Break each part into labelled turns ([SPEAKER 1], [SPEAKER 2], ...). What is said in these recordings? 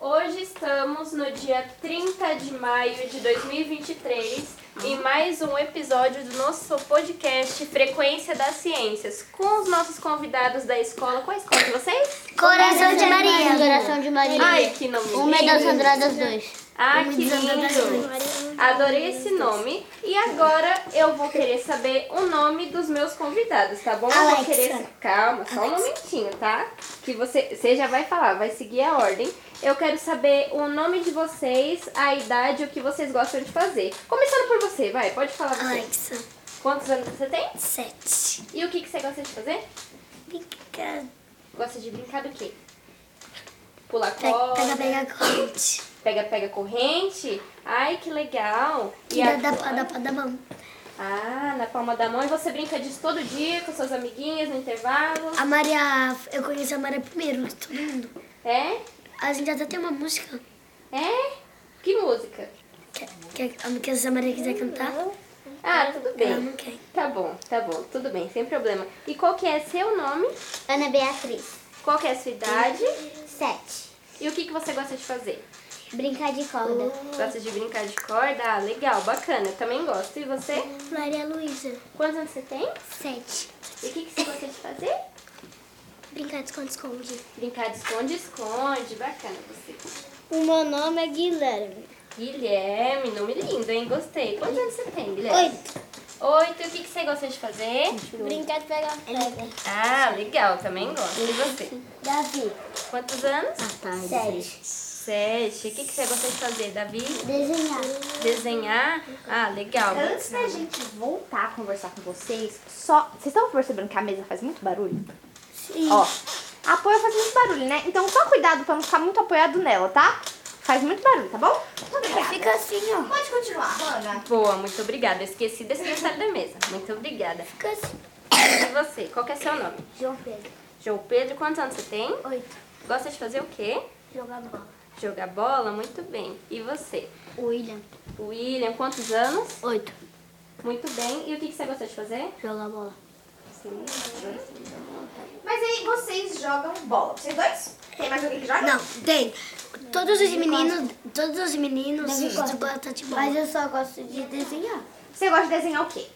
[SPEAKER 1] Hoje estamos no dia 30 de maio de 2023 em mais um episódio do nosso podcast Frequência das Ciências com os nossos convidados da escola. Qual é a escola de vocês?
[SPEAKER 2] Coração de Maria.
[SPEAKER 3] Coração de Maria.
[SPEAKER 1] Ai, que nome
[SPEAKER 3] Uma é da
[SPEAKER 1] lindo!
[SPEAKER 3] Sandra das dois.
[SPEAKER 1] Ah, que lindo! Adorei esse nome. E agora eu vou querer saber o nome dos meus convidados, tá bom? Eu vou
[SPEAKER 2] Alexa.
[SPEAKER 1] querer. Calma, só um momentinho, tá? Que você, você já vai falar, vai seguir a ordem. Eu quero saber o nome de vocês, a idade, o que vocês gostam de fazer. Começando por você, vai, pode falar você.
[SPEAKER 2] Alexa,
[SPEAKER 1] Quantos anos você tem?
[SPEAKER 2] sete.
[SPEAKER 1] E o que, que você gosta de fazer?
[SPEAKER 2] Brinca-
[SPEAKER 1] Gosta de brincar do quê? Pular
[SPEAKER 2] Pega,
[SPEAKER 1] corda.
[SPEAKER 2] pega, pega, corte.
[SPEAKER 1] Pega, pega corrente. Ai, que legal.
[SPEAKER 2] E dá da,
[SPEAKER 1] agora?
[SPEAKER 2] da, da, da mão.
[SPEAKER 1] Ah, na palma da mão. E você brinca disso todo dia com suas amiguinhas no intervalo?
[SPEAKER 2] A Maria, eu conheci a Maria primeiro, que todo mundo.
[SPEAKER 1] É?
[SPEAKER 2] A gente até tem uma música
[SPEAKER 1] É? Que música?
[SPEAKER 2] que, que, que se a Maria quiser cantar.
[SPEAKER 1] Ah, tudo
[SPEAKER 2] Ela
[SPEAKER 1] bem.
[SPEAKER 2] não quer.
[SPEAKER 1] Tá bom, tá bom. Tudo bem, sem problema. E qual que é seu nome?
[SPEAKER 3] Ana Beatriz.
[SPEAKER 1] Qual que é a sua idade?
[SPEAKER 3] Sete.
[SPEAKER 1] E o que, que você gosta de fazer?
[SPEAKER 3] Brincar de corda.
[SPEAKER 1] Gosta de brincar de corda? Ah, legal, bacana. Eu também gosto. E você?
[SPEAKER 2] Maria Luísa,
[SPEAKER 1] Quantos anos você tem?
[SPEAKER 2] Uhum. sete.
[SPEAKER 1] E o que, que você gosta de fazer?
[SPEAKER 2] Brincar de esconde-esconde.
[SPEAKER 1] Brincar de esconde-esconde. Bacana você.
[SPEAKER 3] O meu nome é Guilherme.
[SPEAKER 1] Guilherme, nome lindo, hein? Gostei. Quantos anos você tem, Guilherme? Oito. E o que, que você gosta de fazer?
[SPEAKER 3] Brincar de pegar pedra.
[SPEAKER 1] Ah, legal, também gosto. E você?
[SPEAKER 3] Davi.
[SPEAKER 1] Quantos anos?
[SPEAKER 3] Sete.
[SPEAKER 1] Sete. O que, que você gosta de fazer, Davi?
[SPEAKER 3] Desenhar.
[SPEAKER 1] Desenhar? Ah, legal.
[SPEAKER 4] Antes da gente voltar a conversar com vocês, só. Vocês estão percebendo que a mesa faz muito barulho? Sim. Ó, apoio faz muito barulho, né? Então só cuidado pra não ficar muito apoiado nela, tá? Faz muito barulho, tá bom?
[SPEAKER 3] Fica assim, ó.
[SPEAKER 4] Pode continuar, Ana.
[SPEAKER 1] Boa, muito obrigada. Eu esqueci desse detalhe da mesa. Muito obrigada.
[SPEAKER 3] Fica assim.
[SPEAKER 1] E você? Qual que é seu nome?
[SPEAKER 3] João Pedro.
[SPEAKER 1] João Pedro, quantos anos você tem?
[SPEAKER 3] Oito.
[SPEAKER 1] Gosta de fazer o quê?
[SPEAKER 3] Jogar bola.
[SPEAKER 1] Jogar bola? Muito bem. E você?
[SPEAKER 3] William.
[SPEAKER 1] William, quantos anos?
[SPEAKER 3] Oito.
[SPEAKER 1] Muito bem. E o que, que você gosta de fazer?
[SPEAKER 3] Jogar bola.
[SPEAKER 1] Sim.
[SPEAKER 4] Mas aí vocês jogam bola. Vocês dois? Tem mais alguém que joga?
[SPEAKER 2] Não, tem. Todos os meninos, todos os meninos
[SPEAKER 3] Davi
[SPEAKER 2] gostam de bola.
[SPEAKER 3] Mas eu só gosto de desenhar.
[SPEAKER 4] Você gosta de desenhar o quê?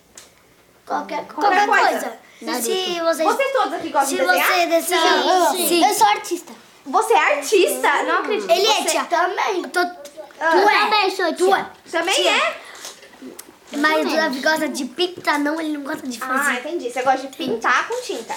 [SPEAKER 3] Qualquer coisa.
[SPEAKER 4] Qualquer
[SPEAKER 2] Qualquer coisa.
[SPEAKER 3] coisa.
[SPEAKER 2] Se vocês...
[SPEAKER 4] Vocês todos aqui gostam
[SPEAKER 2] Se
[SPEAKER 4] de desenhar?
[SPEAKER 2] você desenhar... Sim.
[SPEAKER 3] Eu sou artista.
[SPEAKER 4] Você é artista? Não acredito.
[SPEAKER 2] Ele é
[SPEAKER 4] Você
[SPEAKER 2] tia.
[SPEAKER 3] Também.
[SPEAKER 2] Eu tô-
[SPEAKER 3] Tu é. também sou tia.
[SPEAKER 4] Também é?
[SPEAKER 2] Mas o Davi gosta de pintar, não, ele não gosta de
[SPEAKER 4] Ah,
[SPEAKER 2] fazer.
[SPEAKER 4] entendi. Você gosta de pintar com tinta.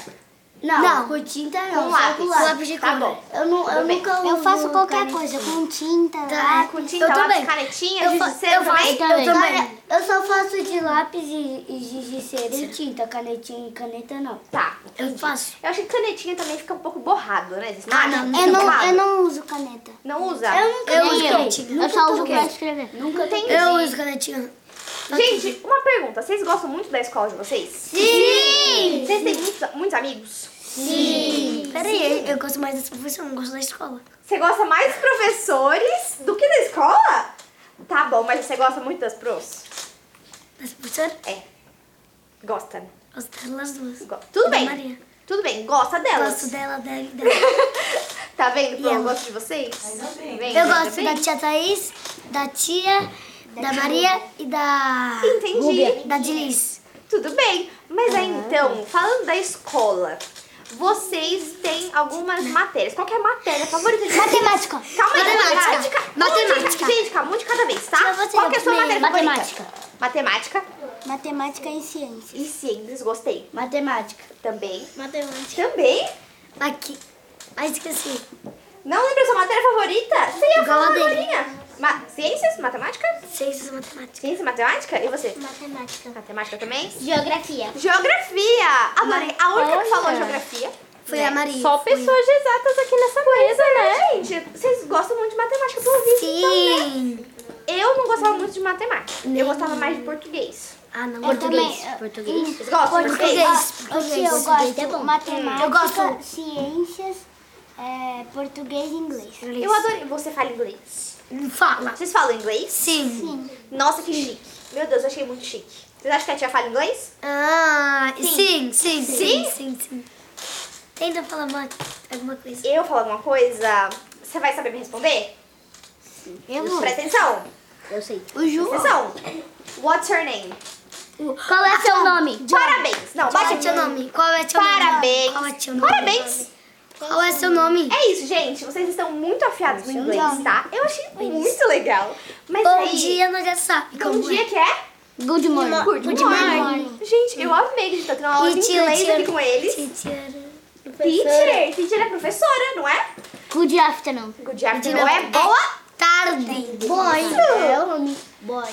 [SPEAKER 3] Não,
[SPEAKER 2] Não.
[SPEAKER 3] com tinta
[SPEAKER 4] Com
[SPEAKER 3] não. só
[SPEAKER 4] lápis.
[SPEAKER 3] com
[SPEAKER 2] lápis de
[SPEAKER 4] Tá
[SPEAKER 2] cor.
[SPEAKER 4] bom.
[SPEAKER 3] Eu, não, eu
[SPEAKER 4] bem.
[SPEAKER 3] nunca
[SPEAKER 5] Eu faço
[SPEAKER 3] uso
[SPEAKER 5] qualquer
[SPEAKER 3] caneta.
[SPEAKER 5] coisa, com tinta,
[SPEAKER 4] Ah,
[SPEAKER 5] lá.
[SPEAKER 4] com tinta,
[SPEAKER 2] Tá. Eu
[SPEAKER 4] lápis,
[SPEAKER 2] também.
[SPEAKER 4] canetinha,
[SPEAKER 2] Eu
[SPEAKER 4] giz de
[SPEAKER 2] fa-
[SPEAKER 4] cera
[SPEAKER 2] eu faço
[SPEAKER 4] também?
[SPEAKER 2] também. Eu
[SPEAKER 3] Olha, Eu só faço de lápis e, e giz de cera e tinta, canetinha e caneta não.
[SPEAKER 4] Tá.
[SPEAKER 2] Eu faço.
[SPEAKER 4] Eu acho que canetinha também fica um pouco borrado, né? Vocês
[SPEAKER 2] Ah,
[SPEAKER 4] acham?
[SPEAKER 2] não,
[SPEAKER 5] Eu não,
[SPEAKER 4] Claro.
[SPEAKER 5] eu não uso caneta.
[SPEAKER 4] Não usa?
[SPEAKER 3] Eu,
[SPEAKER 2] uso
[SPEAKER 3] eu,
[SPEAKER 2] caneta.
[SPEAKER 3] eu só uso
[SPEAKER 4] toquei.
[SPEAKER 3] pra escrever.
[SPEAKER 4] Nunca tem.
[SPEAKER 2] Eu uso canetinha.
[SPEAKER 4] Gente, uma pergunta. Vocês gostam muito da escola de vocês? Sim! Vocês têm muitos, muitos amigos?
[SPEAKER 2] Peraí, eu gosto mais dessa profissão, não gosto da escola.
[SPEAKER 4] Você gosta mais dos professores do que da escola? Tá bom, mas você gosta muito das pros?
[SPEAKER 2] Dessa professora,
[SPEAKER 4] É. Gosta, né?
[SPEAKER 2] gosto delas duas.
[SPEAKER 4] Go- Tudo
[SPEAKER 2] Da
[SPEAKER 4] bem.
[SPEAKER 2] Maria.
[SPEAKER 4] Tudo bem, gosta delas.
[SPEAKER 2] Gosto dela, dela e dela.
[SPEAKER 4] Tá vendo, Pro?
[SPEAKER 2] E
[SPEAKER 4] Eu
[SPEAKER 2] ela?
[SPEAKER 4] gosto de vocês. Vem,
[SPEAKER 2] Eu
[SPEAKER 4] tá
[SPEAKER 2] gosto
[SPEAKER 4] bem?
[SPEAKER 2] da tia Thaís, da tia, da Maria e da...
[SPEAKER 4] Entendi.
[SPEAKER 2] Da Diniz.
[SPEAKER 4] Tudo bem. Mas aí
[SPEAKER 2] Ah.
[SPEAKER 4] então, falando da escola, vocês têm algumas matérias. Qual que é a matéria favorita de vocês?
[SPEAKER 5] Matemática.
[SPEAKER 4] Calma aí,
[SPEAKER 2] Ah. Matemática.
[SPEAKER 4] matemática.
[SPEAKER 2] Matemática.
[SPEAKER 4] Gente, calma, um de cada vez, tá?
[SPEAKER 5] Mas você
[SPEAKER 4] Qual que é
[SPEAKER 5] gosta
[SPEAKER 4] a sua
[SPEAKER 5] de
[SPEAKER 4] matéria favorita?
[SPEAKER 5] matemática?
[SPEAKER 4] Matemática
[SPEAKER 5] Matemática e ciência.
[SPEAKER 4] e ciências, gostei.
[SPEAKER 5] Matemática.
[SPEAKER 4] Também.
[SPEAKER 2] Matemática.
[SPEAKER 4] Também?
[SPEAKER 2] Aqui. Ah, esqueci.
[SPEAKER 4] Não lembra sua matéria favorita? Você ia
[SPEAKER 2] Igual
[SPEAKER 4] falar
[SPEAKER 2] a dele.
[SPEAKER 4] agora. Ma ciências, matemática?
[SPEAKER 2] Ciências e matemática.
[SPEAKER 4] Ciência e matemática? E você?
[SPEAKER 5] Matemática.
[SPEAKER 4] Matemática também?
[SPEAKER 5] Geografia.
[SPEAKER 4] Geografia! Adorei. A única que falou
[SPEAKER 3] Olha.
[SPEAKER 4] geografia.
[SPEAKER 2] Foi a Maria.
[SPEAKER 1] Só pessoas exatas aqui nessa mesa, né?
[SPEAKER 4] Gente, vocês gostam muito de matemática, pelo visto. então, né?
[SPEAKER 2] Sim.
[SPEAKER 4] Eu não gostava muito de matemática. Eu gostava mais de português.
[SPEAKER 2] Ah, não.
[SPEAKER 5] Eu
[SPEAKER 2] Português.
[SPEAKER 5] também, eu-
[SPEAKER 2] Hum. Português. Ah,
[SPEAKER 4] Vocês gostam de português?
[SPEAKER 5] Ó,
[SPEAKER 2] Português.
[SPEAKER 5] o que eu
[SPEAKER 2] Português é
[SPEAKER 5] gosto
[SPEAKER 2] bom.
[SPEAKER 5] matemática,
[SPEAKER 2] Eu gosto.
[SPEAKER 5] ciências, É, português e inglês.
[SPEAKER 4] Eu adorei. Você fala inglês?
[SPEAKER 2] Hum, Fala.
[SPEAKER 4] Vocês falam inglês?
[SPEAKER 2] Sim.
[SPEAKER 4] Nossa, que chique. Meu Deus, eu achei muito chique. Vocês acham que a tia fala inglês?
[SPEAKER 2] Ah, sim, sim, sim, sim, sim. Tenta falar uma- alguma coisa.
[SPEAKER 4] Eu falo alguma coisa, você vai saber me responder?
[SPEAKER 5] Eu
[SPEAKER 4] Presta atenção.
[SPEAKER 5] Eu sei.
[SPEAKER 2] O Ju.
[SPEAKER 4] Presta atenção. What's your name?
[SPEAKER 5] Qual é seu nome?
[SPEAKER 4] Parabéns. Não,
[SPEAKER 2] Qual
[SPEAKER 4] bate
[SPEAKER 2] é
[SPEAKER 4] aqui.
[SPEAKER 2] teu nome? Qual é teu
[SPEAKER 4] Parabéns.
[SPEAKER 2] nome? Qual é teu nome?
[SPEAKER 4] Parabéns.
[SPEAKER 2] Qual é seu nome?
[SPEAKER 4] É isso, gente. Vocês estão muito afiados no inglês, tá? Eu achei muito legal. Mas
[SPEAKER 2] Bom
[SPEAKER 4] aí,
[SPEAKER 2] dia, é nós já sabe.
[SPEAKER 4] Bom
[SPEAKER 2] como
[SPEAKER 4] dia que é?
[SPEAKER 5] Good morning.
[SPEAKER 4] Good morning. Gente, eu amei que a gente tá tendo uma aula de
[SPEAKER 2] E tio,
[SPEAKER 4] inglês
[SPEAKER 2] tio.
[SPEAKER 4] aqui com eles.
[SPEAKER 2] Teacher.
[SPEAKER 4] Teacher. Teacher é professora, não é?
[SPEAKER 5] Good afternoon.
[SPEAKER 4] Good afternoon. É boa.
[SPEAKER 2] Tarde.
[SPEAKER 5] Boy.
[SPEAKER 4] É
[SPEAKER 5] homem. Boy.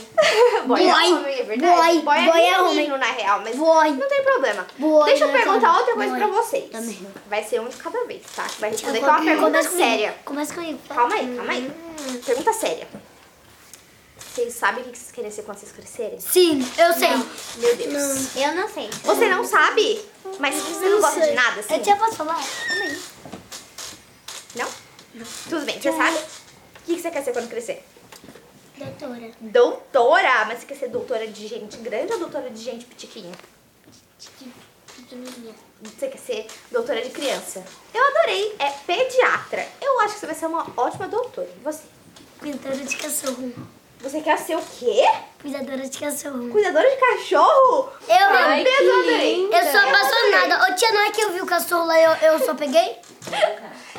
[SPEAKER 4] Boy, é homem, é verdade.
[SPEAKER 5] Boy.
[SPEAKER 4] boy é
[SPEAKER 5] Boy é
[SPEAKER 4] menino, na real, mas
[SPEAKER 5] Boy.
[SPEAKER 4] não tem problema.
[SPEAKER 5] Boy,
[SPEAKER 4] Deixa eu
[SPEAKER 5] mas
[SPEAKER 4] perguntar
[SPEAKER 5] homem.
[SPEAKER 4] outra coisa
[SPEAKER 5] Boy.
[SPEAKER 4] pra vocês.
[SPEAKER 5] Também.
[SPEAKER 4] Vai ser um de cada vez, tá? Vai responder com uma pergunta
[SPEAKER 2] Começa comigo.
[SPEAKER 4] séria.
[SPEAKER 2] Começa comigo.
[SPEAKER 4] Calma aí, calma aí. Pergunta séria. Vocês sabem o que vocês querem ser quando vocês crescerem?
[SPEAKER 2] Sim, eu sei.
[SPEAKER 4] Meu Deus.
[SPEAKER 5] Eu não sei.
[SPEAKER 4] Você não sabe? Mas você não gosta de nada, assim?
[SPEAKER 2] É Eu tinha posso falar?
[SPEAKER 4] Não? Tudo bem,
[SPEAKER 2] É.
[SPEAKER 4] você sabe? O que você quer ser quando crescer?
[SPEAKER 5] Doutora.
[SPEAKER 4] Doutora? Mas você quer ser doutora de gente grande ou doutora de gente pitiquinha? Você quer ser doutora de criança? Eu adorei. É pediatra. Eu acho que você vai ser uma ótima doutora. E Você,
[SPEAKER 2] Pintora de cachorro.
[SPEAKER 4] você quer ser o quê?
[SPEAKER 2] Cuidadora de cachorro.
[SPEAKER 4] Cuidadora de cachorro?
[SPEAKER 2] Eu,
[SPEAKER 1] Ai,
[SPEAKER 4] Meu Deus, eu adorei.
[SPEAKER 1] lindo.
[SPEAKER 2] eu sou apaixonada. Ô tia, não é que eu vi o cachorro lá e eu, eu só peguei?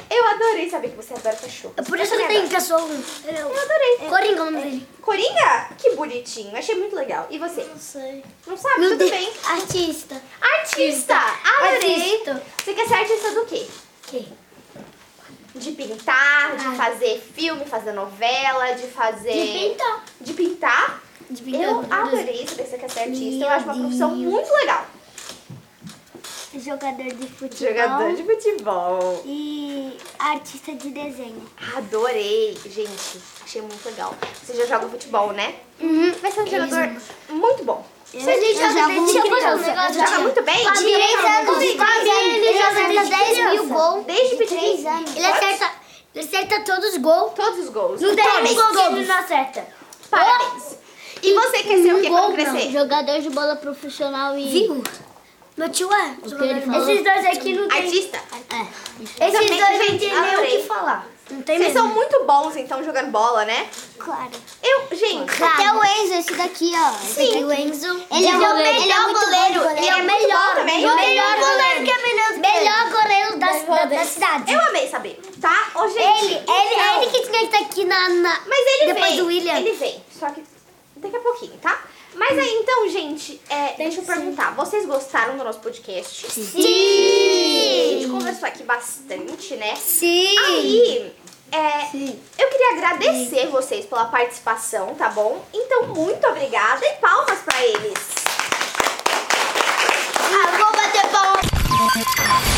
[SPEAKER 4] Eu adorei saber que você adora cachorro.
[SPEAKER 2] É por isso que
[SPEAKER 4] também
[SPEAKER 2] tem
[SPEAKER 4] adoro.
[SPEAKER 2] cachorro.
[SPEAKER 4] Eu adorei.
[SPEAKER 2] Coringa é o nome dele.
[SPEAKER 4] Coringa? Que bonitinho. Achei muito legal. E você?
[SPEAKER 5] Não sei.
[SPEAKER 4] Não sabe? Tudo bem.
[SPEAKER 5] Artista.
[SPEAKER 4] Artista! Adorei!
[SPEAKER 2] Artista.
[SPEAKER 4] Você quer ser artista do quê?
[SPEAKER 2] Quê?
[SPEAKER 4] De pintar, de fazer filme, fazer novela, de fazer.
[SPEAKER 5] De pintar.
[SPEAKER 4] De pintar? Eu adorei saber que você quer ser artista. Eu acho uma profissão muito legal.
[SPEAKER 5] Jogador de futebol.
[SPEAKER 4] Jogador de futebol.
[SPEAKER 5] E artista de desenho.
[SPEAKER 4] Adorei, gente. Achei muito legal. Você já joga futebol, né? Vai ser um jogador muito bom. Você
[SPEAKER 2] Eu jogo muito
[SPEAKER 4] joga muito bem?
[SPEAKER 5] Três anos de desenho. Ele acerta 10 mil gols.
[SPEAKER 4] Desde
[SPEAKER 5] Três
[SPEAKER 4] pequenininho.
[SPEAKER 5] anos.
[SPEAKER 2] Ele acerta, ele acerta todos os gols.
[SPEAKER 4] Todos os gols.
[SPEAKER 2] Não
[SPEAKER 4] Todos.
[SPEAKER 2] tem um gol que ele não acerta. Um
[SPEAKER 4] Parabéns. E você quer ser o que quando crescer?
[SPEAKER 5] Jogador de bola profissional e...
[SPEAKER 2] Viu? Meu tio é.
[SPEAKER 5] que ele falou?
[SPEAKER 2] Esses dois aqui não tem.
[SPEAKER 4] Artista.
[SPEAKER 5] É.
[SPEAKER 2] Esses
[SPEAKER 4] Também,
[SPEAKER 2] dois não
[SPEAKER 4] gente,
[SPEAKER 2] tem nem o
[SPEAKER 4] adorei.
[SPEAKER 2] que falar. Não tem
[SPEAKER 4] Vocês
[SPEAKER 2] mesmo.
[SPEAKER 4] são muito bons, então, jogando bola, né?
[SPEAKER 5] Claro.
[SPEAKER 4] Eu, gente,
[SPEAKER 5] Até o Enzo, esse daqui, ó.
[SPEAKER 2] Sim. O Enzo.
[SPEAKER 5] Ele, é o goleiro. Ele é o goleiro.
[SPEAKER 4] Ele é muito bom também.
[SPEAKER 5] Melhor
[SPEAKER 4] Melhor
[SPEAKER 5] goleiro que é melhor Melhor goleiro da, da, da cidade.
[SPEAKER 4] eu amei saber, tá? Ô, gente.
[SPEAKER 5] Ele, ele,
[SPEAKER 4] então-
[SPEAKER 5] ele que tinha que estar aqui na... na-
[SPEAKER 4] Mas ele
[SPEAKER 5] Depois
[SPEAKER 4] vem.
[SPEAKER 5] do William.
[SPEAKER 4] Ele vem. Só que daqui a pouquinho, tá? Mas aí, então, gente, é, deixa eu perguntar. Vocês gostaram do nosso podcast? Sim! A gente conversou aqui bastante, né?
[SPEAKER 2] Sim.
[SPEAKER 4] Aí, é, eu queria agradecer vocês pela participação, tá bom? Então, muito obrigada e palmas pra eles.
[SPEAKER 5] Ah, vou bater palma.